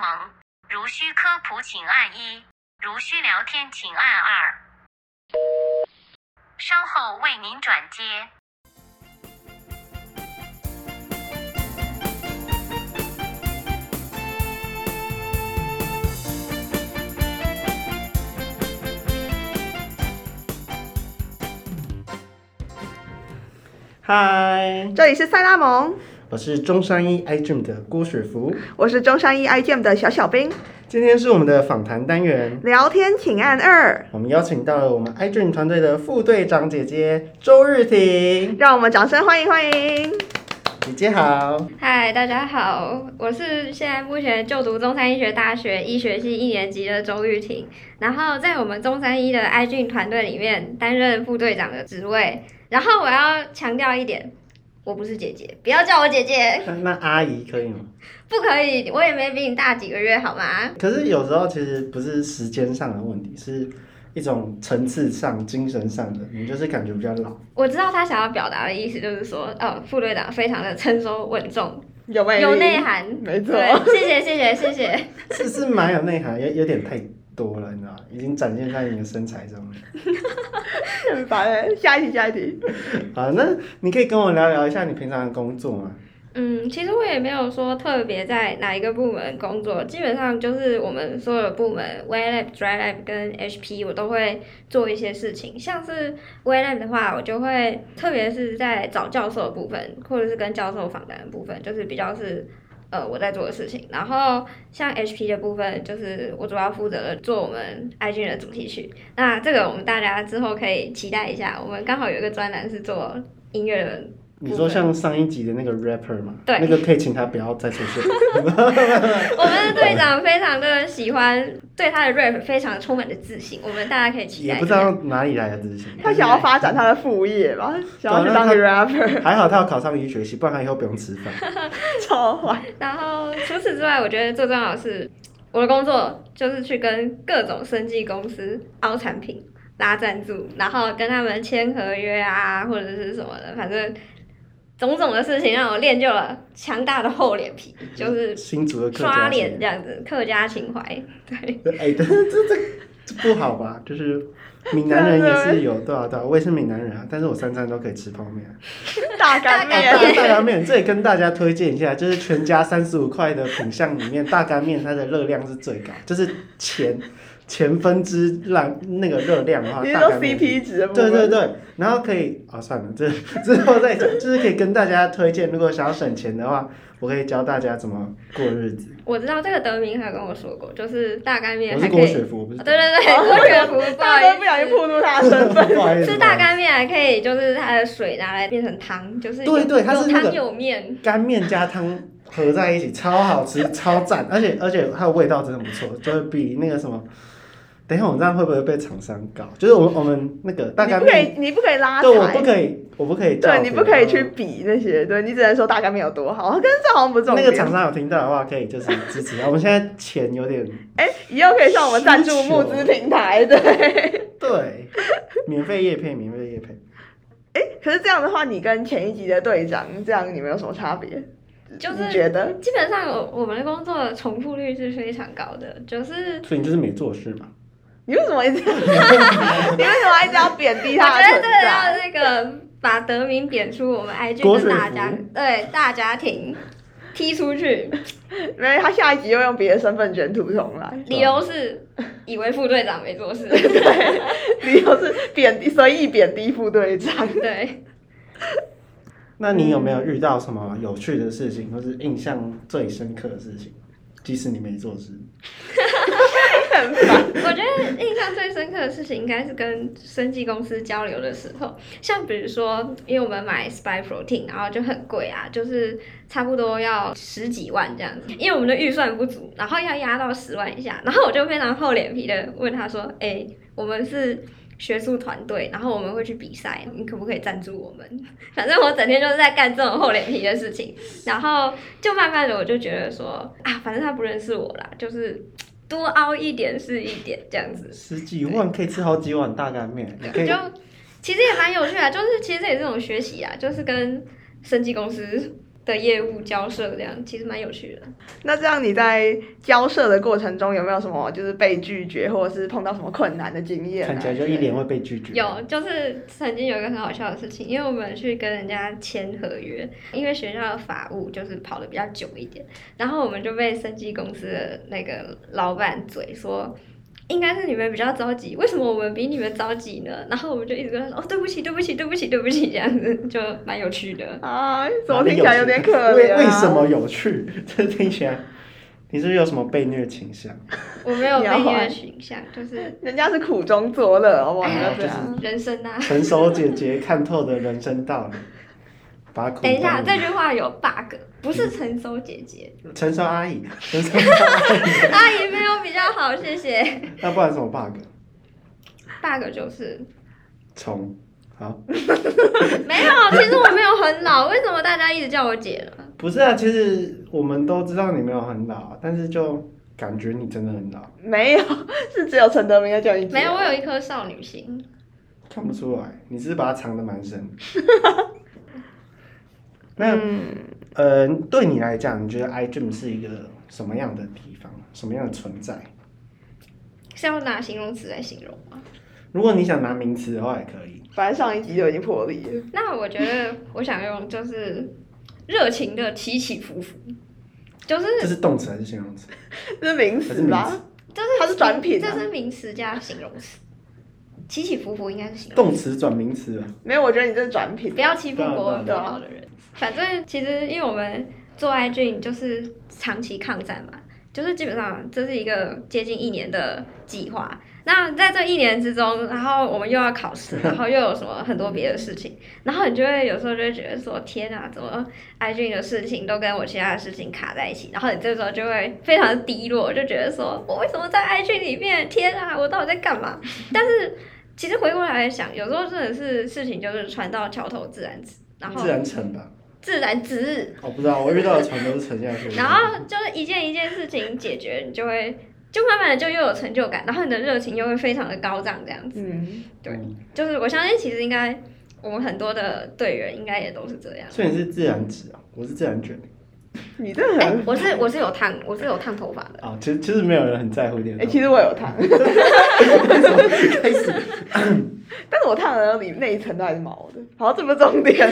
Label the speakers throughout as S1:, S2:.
S1: 忙。如需科普，请按一；如需聊天，请按二。稍后为您转接。
S2: 嗨，
S3: 这里是塞拉蒙，
S2: 我是中山一 iDream 的郭雪芙，
S3: 我是中山一 iGame 的小小兵。
S2: 今天是我们的访谈单元，
S3: 聊天请按二，
S2: 我们邀请到了我们 iDream 团队的副队长姐姐周日婷，
S3: 让我们掌声欢迎欢迎。
S2: 姐姐好。
S4: 嗨，大家好，我是现在目前就读中山医学大学医学系一年级的周玉婷，然后在我们中山医的 iGen 团队里面担任副队长的职位。然后我要强调一点，我不是姐姐，不要叫我姐姐，
S2: 那那阿姨可以吗？
S4: 不可以，我也没比你大几个月，好吗？
S2: 可是有时候其实不是时间上的问题，是一种层次上、精神上的，你就是感觉比较老。
S4: 我知道他想要表达的意思就是说，呃，副队长非常的成熟稳重，
S3: 有魅力，
S4: 有内涵，
S3: 没 错。
S4: 对，谢谢谢谢谢谢。
S2: 是是蛮有内涵，有有点太多了，你知道吗？已经展现在你的身材上了。
S3: 很烦欸下一题，下一题。
S2: 好，那你可以跟我聊聊一下你平常的工作吗？
S4: 嗯，其实我也没有说特别在哪一个部门工作，基本上就是我们所有的部门 w e Lab、Dry Lab 跟 HP 我都会做一些事情。像是 w e Lab 的话，我就会特别是在找教授的部分，或者是跟教授访谈的部分，就是比较是呃我在做的事情。然后像 HP 的部分，就是我主要负责做我们 IG 的主题曲。那这个我们大家之后可以期待一下，我们刚好有一个专栏是做音乐的
S2: 你说像上一集的那个 rapper 嘛，
S4: 对
S2: 那个可以请他不要再出现。
S4: 我们的队长非常的喜欢，对他的 rap 非常充满着自信，我们大家可以期
S2: 也
S4: 待
S2: 不
S4: 一
S2: 知
S4: 下。
S2: 道哪里来的自信。
S3: 他想要发展他的副业吧，想要去当个 rapper，
S2: 还好他要考上医学系，不然他以后不用吃饭。
S3: 超坏。
S4: 然后除此之外，我觉得最重要的是，我的工作就是去跟各种生技公司凹产品、拉赞助，然后跟他们签合约啊，或者是什么的，反正种种的事情让我练就了强大的厚脸皮，就是
S2: 新竹的嗯客
S4: 刷
S2: 家
S4: 脸
S2: 人
S4: 这，样子，客家情怀。对，
S2: 哎， 这这这这不好吧？就是闽南人也是有，对啊对啊，我也是闽南人啊，但是我三餐都可以吃泡面啊。 啊
S3: 大干
S2: 大
S3: 面，
S2: 干大干面，这里跟大家推荐一下，就是全家三十五块的品相里面，大干面它的热量是最高，就是前前分之让那个热量的话，
S3: 你是
S2: 大
S3: 说
S2: 干面是
S3: CP 值的部
S2: 对
S3: 分？
S2: 对对，然后可以啊、算了，这 之后再讲，就是可以跟大家推荐，如果想要省钱的话，我可以教大家怎么过日子。
S4: 我知道这个德明还有跟我说过，就是大干面
S2: 我
S4: 还
S2: 是
S4: 可
S2: 郭
S4: 以啊哦
S2: 雪芙，哦我不是
S4: 对对对，郭雪芙，不好
S3: 大家
S4: 意
S3: 都不小心
S4: 思。
S3: 暴露他的身份。
S2: 不好意思，
S4: 吃大干面还可以，就是它的水拿来变成汤，就是有
S2: 对对它是
S4: 有
S2: 那个
S4: 汤有面。
S2: 干面加汤合在一起，超好吃，超赞，而且而且它的味道真的不错，就是比那个什么。等一下，我们这样会不会被厂商告？就是我们我们那个大
S3: 你
S2: 干
S3: 不可以
S2: 面，，
S3: 你不可以拉
S2: 对，我不
S3: 踩。
S2: 可以，我不可以叫别
S3: 对
S2: 人。
S3: 你不可以去比那些，对你只能说大干面有多好，跟这好像不是重
S2: 那
S3: 点。
S2: 个厂商有听到的话，可以就是支持。我们现在钱有点
S3: 哎，以后可以上我们赞助募资平台，对。
S2: 对，免费夜配，免费夜配。
S3: 哎，可是这样的话，你跟前一集的队长这样，你们有什么差别？
S4: 就是
S3: 你觉得
S4: 基本上我我们的工作的重复率是非常高的，就是
S2: 所以你就是没做事嘛？
S3: 你为什么一直，你为什么一直要贬低
S4: 我
S3: 他
S4: 觉
S3: 的存
S4: 得这个要
S3: 在？
S4: 那个把德明贬出我们 IG
S2: 郭
S4: 的大
S2: 雪
S4: 家
S2: 芙
S4: 对大家庭踢出 去，
S3: 因为他下一集又用别的身份卷土重来，
S4: 理由是以为副队长没 做事。
S3: 理由是贬低，随意贬低副队长。
S4: 对，
S2: 那你有没有遇到什么有趣的事情，或是印象最深刻的事情？即使你没做事，
S4: 我觉得印象最深刻的事情应该是跟生技公司交流的时候，像比如说，因为我们买 Spy Protein，然后就很贵啊，就是差不多要十几万这样子，因为我们的预算不足，然后要压到十万以下，然后我就非常厚脸皮的问他说：“哎、我们是。”学术团队，然后我们会去比赛，你可不可以赞助我们？ 反正我整天就是在干这种厚脸皮的事情，然后就慢慢的我就觉得说啊，反正他不认识我啦，就是多凹一点是一点这样子。
S2: 十几万可以吃好几碗大干面，你可以
S4: 就啊其实也蛮有趣的，就是其实这也是一种学习啊，就是跟生技公司的业务交涉，这样其实蛮有趣的。
S3: 那这样你在交涉的过程中有没有什么就是被拒绝，或者是碰到什么困难的经验、啊？
S2: 看起来就一脸会被拒绝。
S4: 有，就是曾经有一个很好笑的事情，因为我们去跟人家签合约，因为学校的法务就是跑的比较久一点，然后我们就被生技公司的那个老板嘴说。应该是你们比较着急，为什么我们比你们着急呢？然后我们就一直跟他说：“哦，对不起，对不起，对不起，对不起。”这样子就蛮有趣的。
S3: 啊，怎么听起来有点可
S2: 为
S3: 怜、啊？
S2: 为什？么有趣？这听起来，你是不是有什么被虐倾向？
S4: 我没有
S3: 你要
S4: 被虐
S3: 换
S4: 倾向，就是
S3: 人家是苦中作乐，好不好？
S4: 哎
S3: 不
S4: 呀
S3: 要这样。
S4: 人生啊。
S2: 成熟姐姐看透的人生道理，把苦
S4: 等一下，
S2: 当
S4: 这
S2: 人
S4: 句话有 bug，不是成熟姐姐，
S2: 成熟阿姨，成熟阿姨，
S4: 阿姨没有比较好，谢谢。
S2: 那不然什么 bug？
S4: bug 就是
S2: 虫，好，
S4: 没有，其实我没有很老，为什么大家一直叫我姐 呢？
S2: 不是啊，其实我们都知道你没有很老，但是就感觉你真的很老，
S3: 没有，是只有陈德明在叫你姐。啊
S4: 没有，我有一颗少女心。
S2: 看不出来，你是把它藏得蛮深。 那
S3: 嗯，
S2: 呃，对你来讲，你觉得 iDream 是一个什么样的地方，什么样的存在？
S4: 是要拿形容词来形容吗？
S2: 如果你想拿名词的话，也可以。
S3: 反正上一集就已经破例了。
S4: 那我觉得我想用就是热情的起起伏伏，就是
S2: 这是动词还是形容词？
S3: 这是名
S2: 还是
S3: 词
S2: 名
S3: 吧？
S2: 词？
S4: 就是
S3: 它是转品啊
S4: 这是名词加形容词，起起伏伏应该是形容词。
S2: 动词转名词啊。
S3: 没有，我觉得你这是转品。
S4: 不要欺负国文不好的人。反正其实因为我们做爱菌就是长期抗战嘛，就是基本上这是一个接近一年的计划。那在这一年之中，然后我们又要考试，然后又有什么很多别的事情， 然后你就会有时候就会觉得说，天啊，怎么爱菌的事情都跟我其他的事情卡在一起，然后你这时候就会非常的低落，就觉得说我为什么在爱菌里面？天啊，我到底在干嘛？ 但是其实回过来想，有时候真的是事情就是船到桥头自然直，然后
S2: 自然成吧，
S4: 自然直，
S2: 我、不知道，我遇到的船都是沉下去的。
S4: 然后就是一件一件事情解决，你就会就慢慢的就又有成就感，然后你的热情又会非常的高涨，这样子。
S3: 嗯，
S4: 对
S2: 嗯
S4: 就是我相信，其实应该我们很多的队员应该也都是这样。
S2: 所以你是自然直啊，我是自然卷
S3: 你这很
S4: 哎、我是我是有烫，我是有烫头发的。
S2: 啊。其实其实没有人很在乎你的
S3: 哎、
S2: 头发。
S3: 其实我有烫，
S2: 开始，
S3: 但是我烫的里那一层都还是毛的。好，这不是重 点。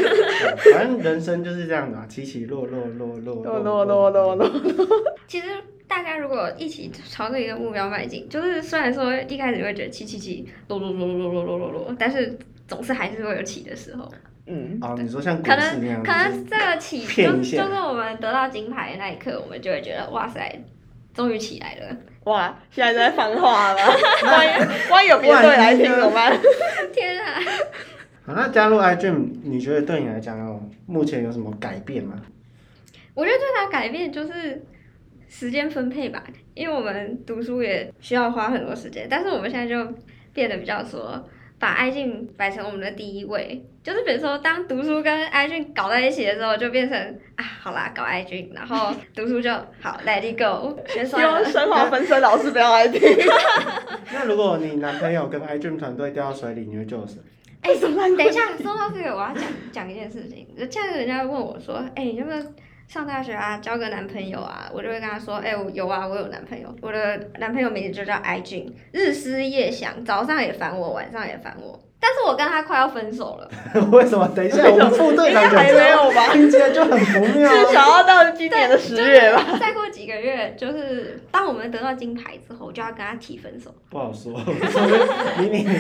S2: 反正人生就是这样的、啊，起起落落落落
S3: 啰啰啰啰啰。
S4: 其实大家如果一起朝着一个目标迈进，就是虽然说一开始会觉得起起起，落落落落落落落落，但是总是还是会有起的时候。
S3: 嗯，
S2: 啊，你说像股
S4: 可
S2: 市
S4: 能
S2: 那样，
S4: 可能这个起
S2: 骗
S4: 就
S2: 一下
S4: 就是我们得到金牌的那一刻，我们就会觉得哇塞，终于起来了。
S3: 哇，现在都在放话了。 万一万一有别的队来听怎么办？
S4: 天啊！
S2: 好，那加入 iDream，你觉得对你来讲有目前有什么改变吗？
S4: 我觉得最大的改变就是时间分配吧，因为我们读书也需要花很多时间，但是我们现在就变得比较说，把爱敬摆成我们的第一位。就是比如说，当读书跟爱俊搞在一起的时候，就变成啊，好啦，搞爱俊，然后读书就好，Let it go，学
S3: 希
S4: 算
S3: 望
S4: 了。
S3: 生化分身老师不要来听。
S2: 那如果你男朋友跟 iDream 团队掉到水里，你会救谁？
S4: 哎、等一下，说到这个，我要讲讲一件事情。就现在人家问我说：“哎、你有没有上大学啊，交个男朋友啊？”我就会跟他说：“哎、我有啊，我有男朋友。我的男朋友名字就叫艾俊，日思夜想，早上也烦我，晚上也烦我。但是我跟他快要分手了，
S2: 为什么？等一下，我们副队长
S3: 应该
S2: 讲
S3: 还
S2: 这
S3: 没
S2: 个
S3: 有吧？
S2: 听起来就很不妙啊。
S3: 至少要到今年的十月吧。
S4: 再过几个月，就是当我们得到金牌之后，我就要跟他提分手。
S2: 不好说，你你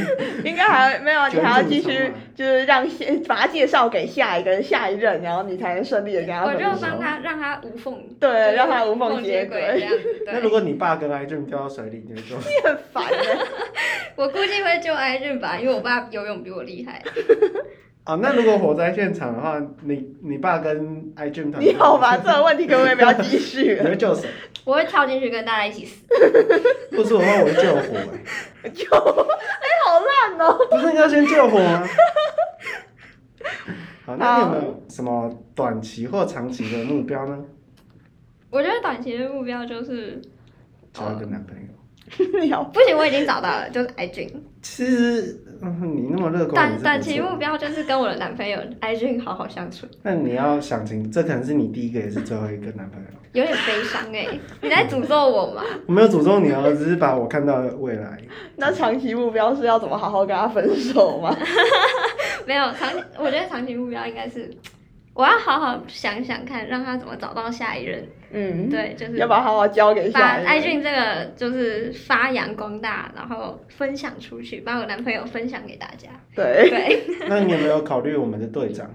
S3: 应该还没哦有，你还要继
S2: 卷土重来
S3: 续就是让下把他介绍给下一个人、下一任，然后你才能顺利的跟他
S4: 我
S3: 分
S4: 就
S3: 手。
S4: 帮他让他无缝，
S3: 对，让他无缝接
S4: 接
S3: 轨，
S4: 这样子。
S2: 那如
S4: 对，
S2: 果你爸跟 iDream 掉到水里，你会救谁？
S3: 你很烦欸
S4: 我估计会救艾俊吧，因为我爸游泳比我厉害。
S2: 哦，那如果火灾现场的话，你你爸跟 iDream 团队，
S3: 你好吧？这种问题可不可以不要 继续
S2: 你
S3: 了？
S2: 会救谁？
S4: 我会跳进去跟大家一起死。
S2: 不是我的话，我会救火、欸。
S3: 就哎、好烂哦、
S2: 不是应该先救火 吗？好，那你有没有什么短期或长期的目标呢？
S4: 我觉得短期的目标就是，
S2: 交一个男朋友。
S3: 你好，
S4: 不行，我已经找到了，就是 i 俊。
S2: 其实嗯，你那么乐观，
S4: 短
S2: 也是
S4: 短
S2: 不
S4: 期
S2: 错
S4: 目标就是跟我的男朋友 i j 好好相处，
S2: 那你要想清，这可能是你第一个也是最后一个男朋友。
S4: 有点悲伤哎、你在诅咒我吗？
S2: 我没有诅咒你哦，只是把我看到的未 来。
S3: 那长期目标是要怎么好好跟他分手吗？
S4: 没有长，我觉得长期目标应该是，我要好好想想看，让他怎么找到下一任。
S3: 嗯，，
S4: 对，就是
S3: 要把它好好交给
S4: 把
S3: 下一
S4: 爱
S3: 任。
S4: 俊这个就是发扬光大，然后分享出去，把我男朋友分享给大家。
S3: 对，
S4: 对，
S2: 那你有没有考虑我们的队长？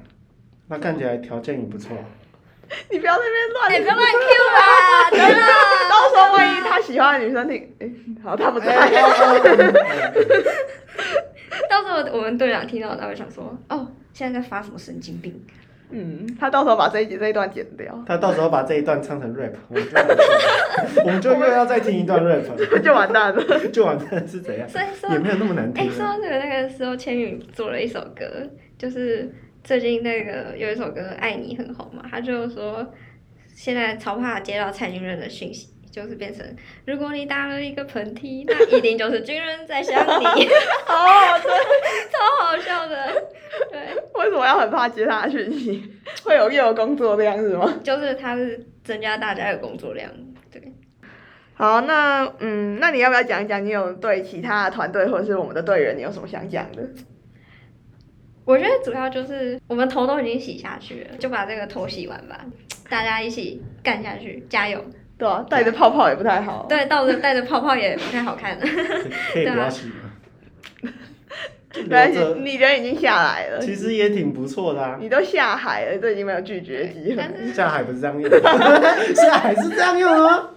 S2: 那看起来条件也不 错。
S3: 你不要在那
S4: 哎、
S3: 边
S4: 不
S3: 乱，
S4: 要乱啊 Q 啊，真的。
S3: 到时候万一他喜欢的女生听，哎、好，他不在，
S4: 哎到时候我们队长听到，他会想说，哦，现在在发什么神经病？
S3: 嗯，他到时候把这一集这一段剪掉，
S2: 他到时候把这一段唱成 rap，我们就完蛋了我们就又要再听一段 rap，
S3: 就完蛋了。
S2: 就完蛋是怎 样？
S4: 所以说
S2: 也，没有那么难
S4: 哎、
S2: 听
S4: 说
S2: 啊。
S4: 到这个，那个时候千羽做了一首歌，就是最近那个有一首歌《爱你》很红嘛，他就说现在超怕接到蔡军人的讯息。就是变成，如果你打了一个喷嚏，那一定就是军人在想你，
S3: 哦，对，
S4: 超好笑的。对，
S3: 为什么要很怕接他的讯息？会有又有工作量是吗？
S4: 就是他是增加大家的工作量。对，
S3: 好，那嗯，那你要不要讲一讲你有对其他的团队或者是我们的队员，你有什么想讲的？
S4: 我觉得主要就是我们头都已经洗下去了，就把这个头洗完吧，大家一起干下去，加油！
S3: 对啊，带着泡泡也不太好。，
S4: 对，到时候带着泡泡也不太好看。
S2: 可以
S4: 啊
S2: 不要洗 吗？留，
S3: 没关系
S4: 嗯
S2: 着
S3: 啊你人已经下来了，
S2: 其实也挺不错的啊。
S3: 你都下海了，这已经没有拒绝机会
S4: 但。是
S2: 下海不是这样用的， 下海是这样用的 吗？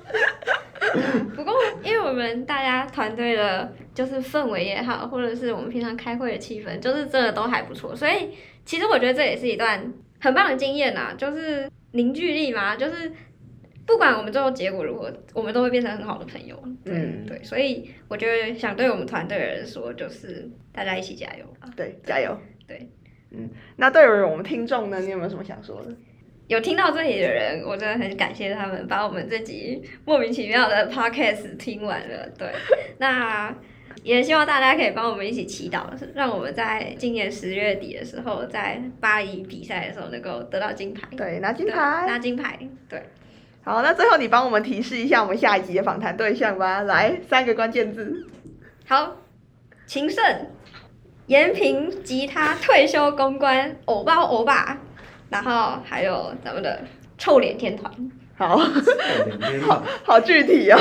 S4: 不过，因为我们大家团队的，就是氛围也好，或者是我们平常开会的气氛，就是真的都还不错。所以，其实我觉得这也是一段很棒的经验啦，就是凝聚力嘛，就是不管我们最后结果如何，我们都会变成很好的朋友。对、
S3: 嗯
S4: 对，所以我觉得想对我们团队的人说，就是大家一起加油吧。
S3: 对，加油。
S4: 对，
S3: 嗯，那对于我们听众呢，你有没有什么想说的？
S4: 有听到这里的人，我真的很感谢他们把我们这集莫名其妙的 podcast 听完了。对，那也希望大家可以帮我们一起祈祷，让我们在今年十月底的时候，在巴黎比赛的时候能够得到金牌。
S3: 对，拿金
S4: 对，
S3: 牌。
S4: 拿金牌。对，
S3: 好，那最后你帮我们提示一下我们下一集的访谈对象吧。来，三个关键字。
S4: 好，情圣、延平吉他退休公关、偶包欧巴，然后还有咱们的臭脸天团。
S3: 好
S2: 我的天哪
S3: 好具体哦。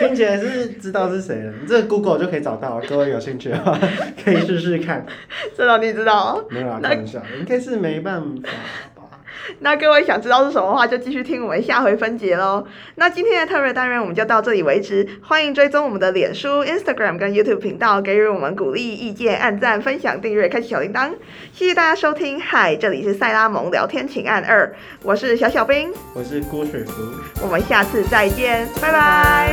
S2: 听起来是知道是谁了，你这 Google 就可以找到，各位有兴趣的话可以试试看。
S3: 这种你知道哦。
S2: 没有啦，
S3: 那
S2: 开玩笑，应该是没办法吧。
S3: 那各位想知道是什么的话，就继续听我们下回分解喽。那今天的特别单元我们就到这里为止，欢迎追踪我们的脸书、Instagram 跟 YouTube 频道，给予我们鼓励、意见、按赞、分享、订阅、开启小铃铛。谢谢大家收听，嗨，这里是塞拉蒙聊天，请按二，我是小小兵，
S2: 我是郭雪芙。
S3: 我们下次再见，拜拜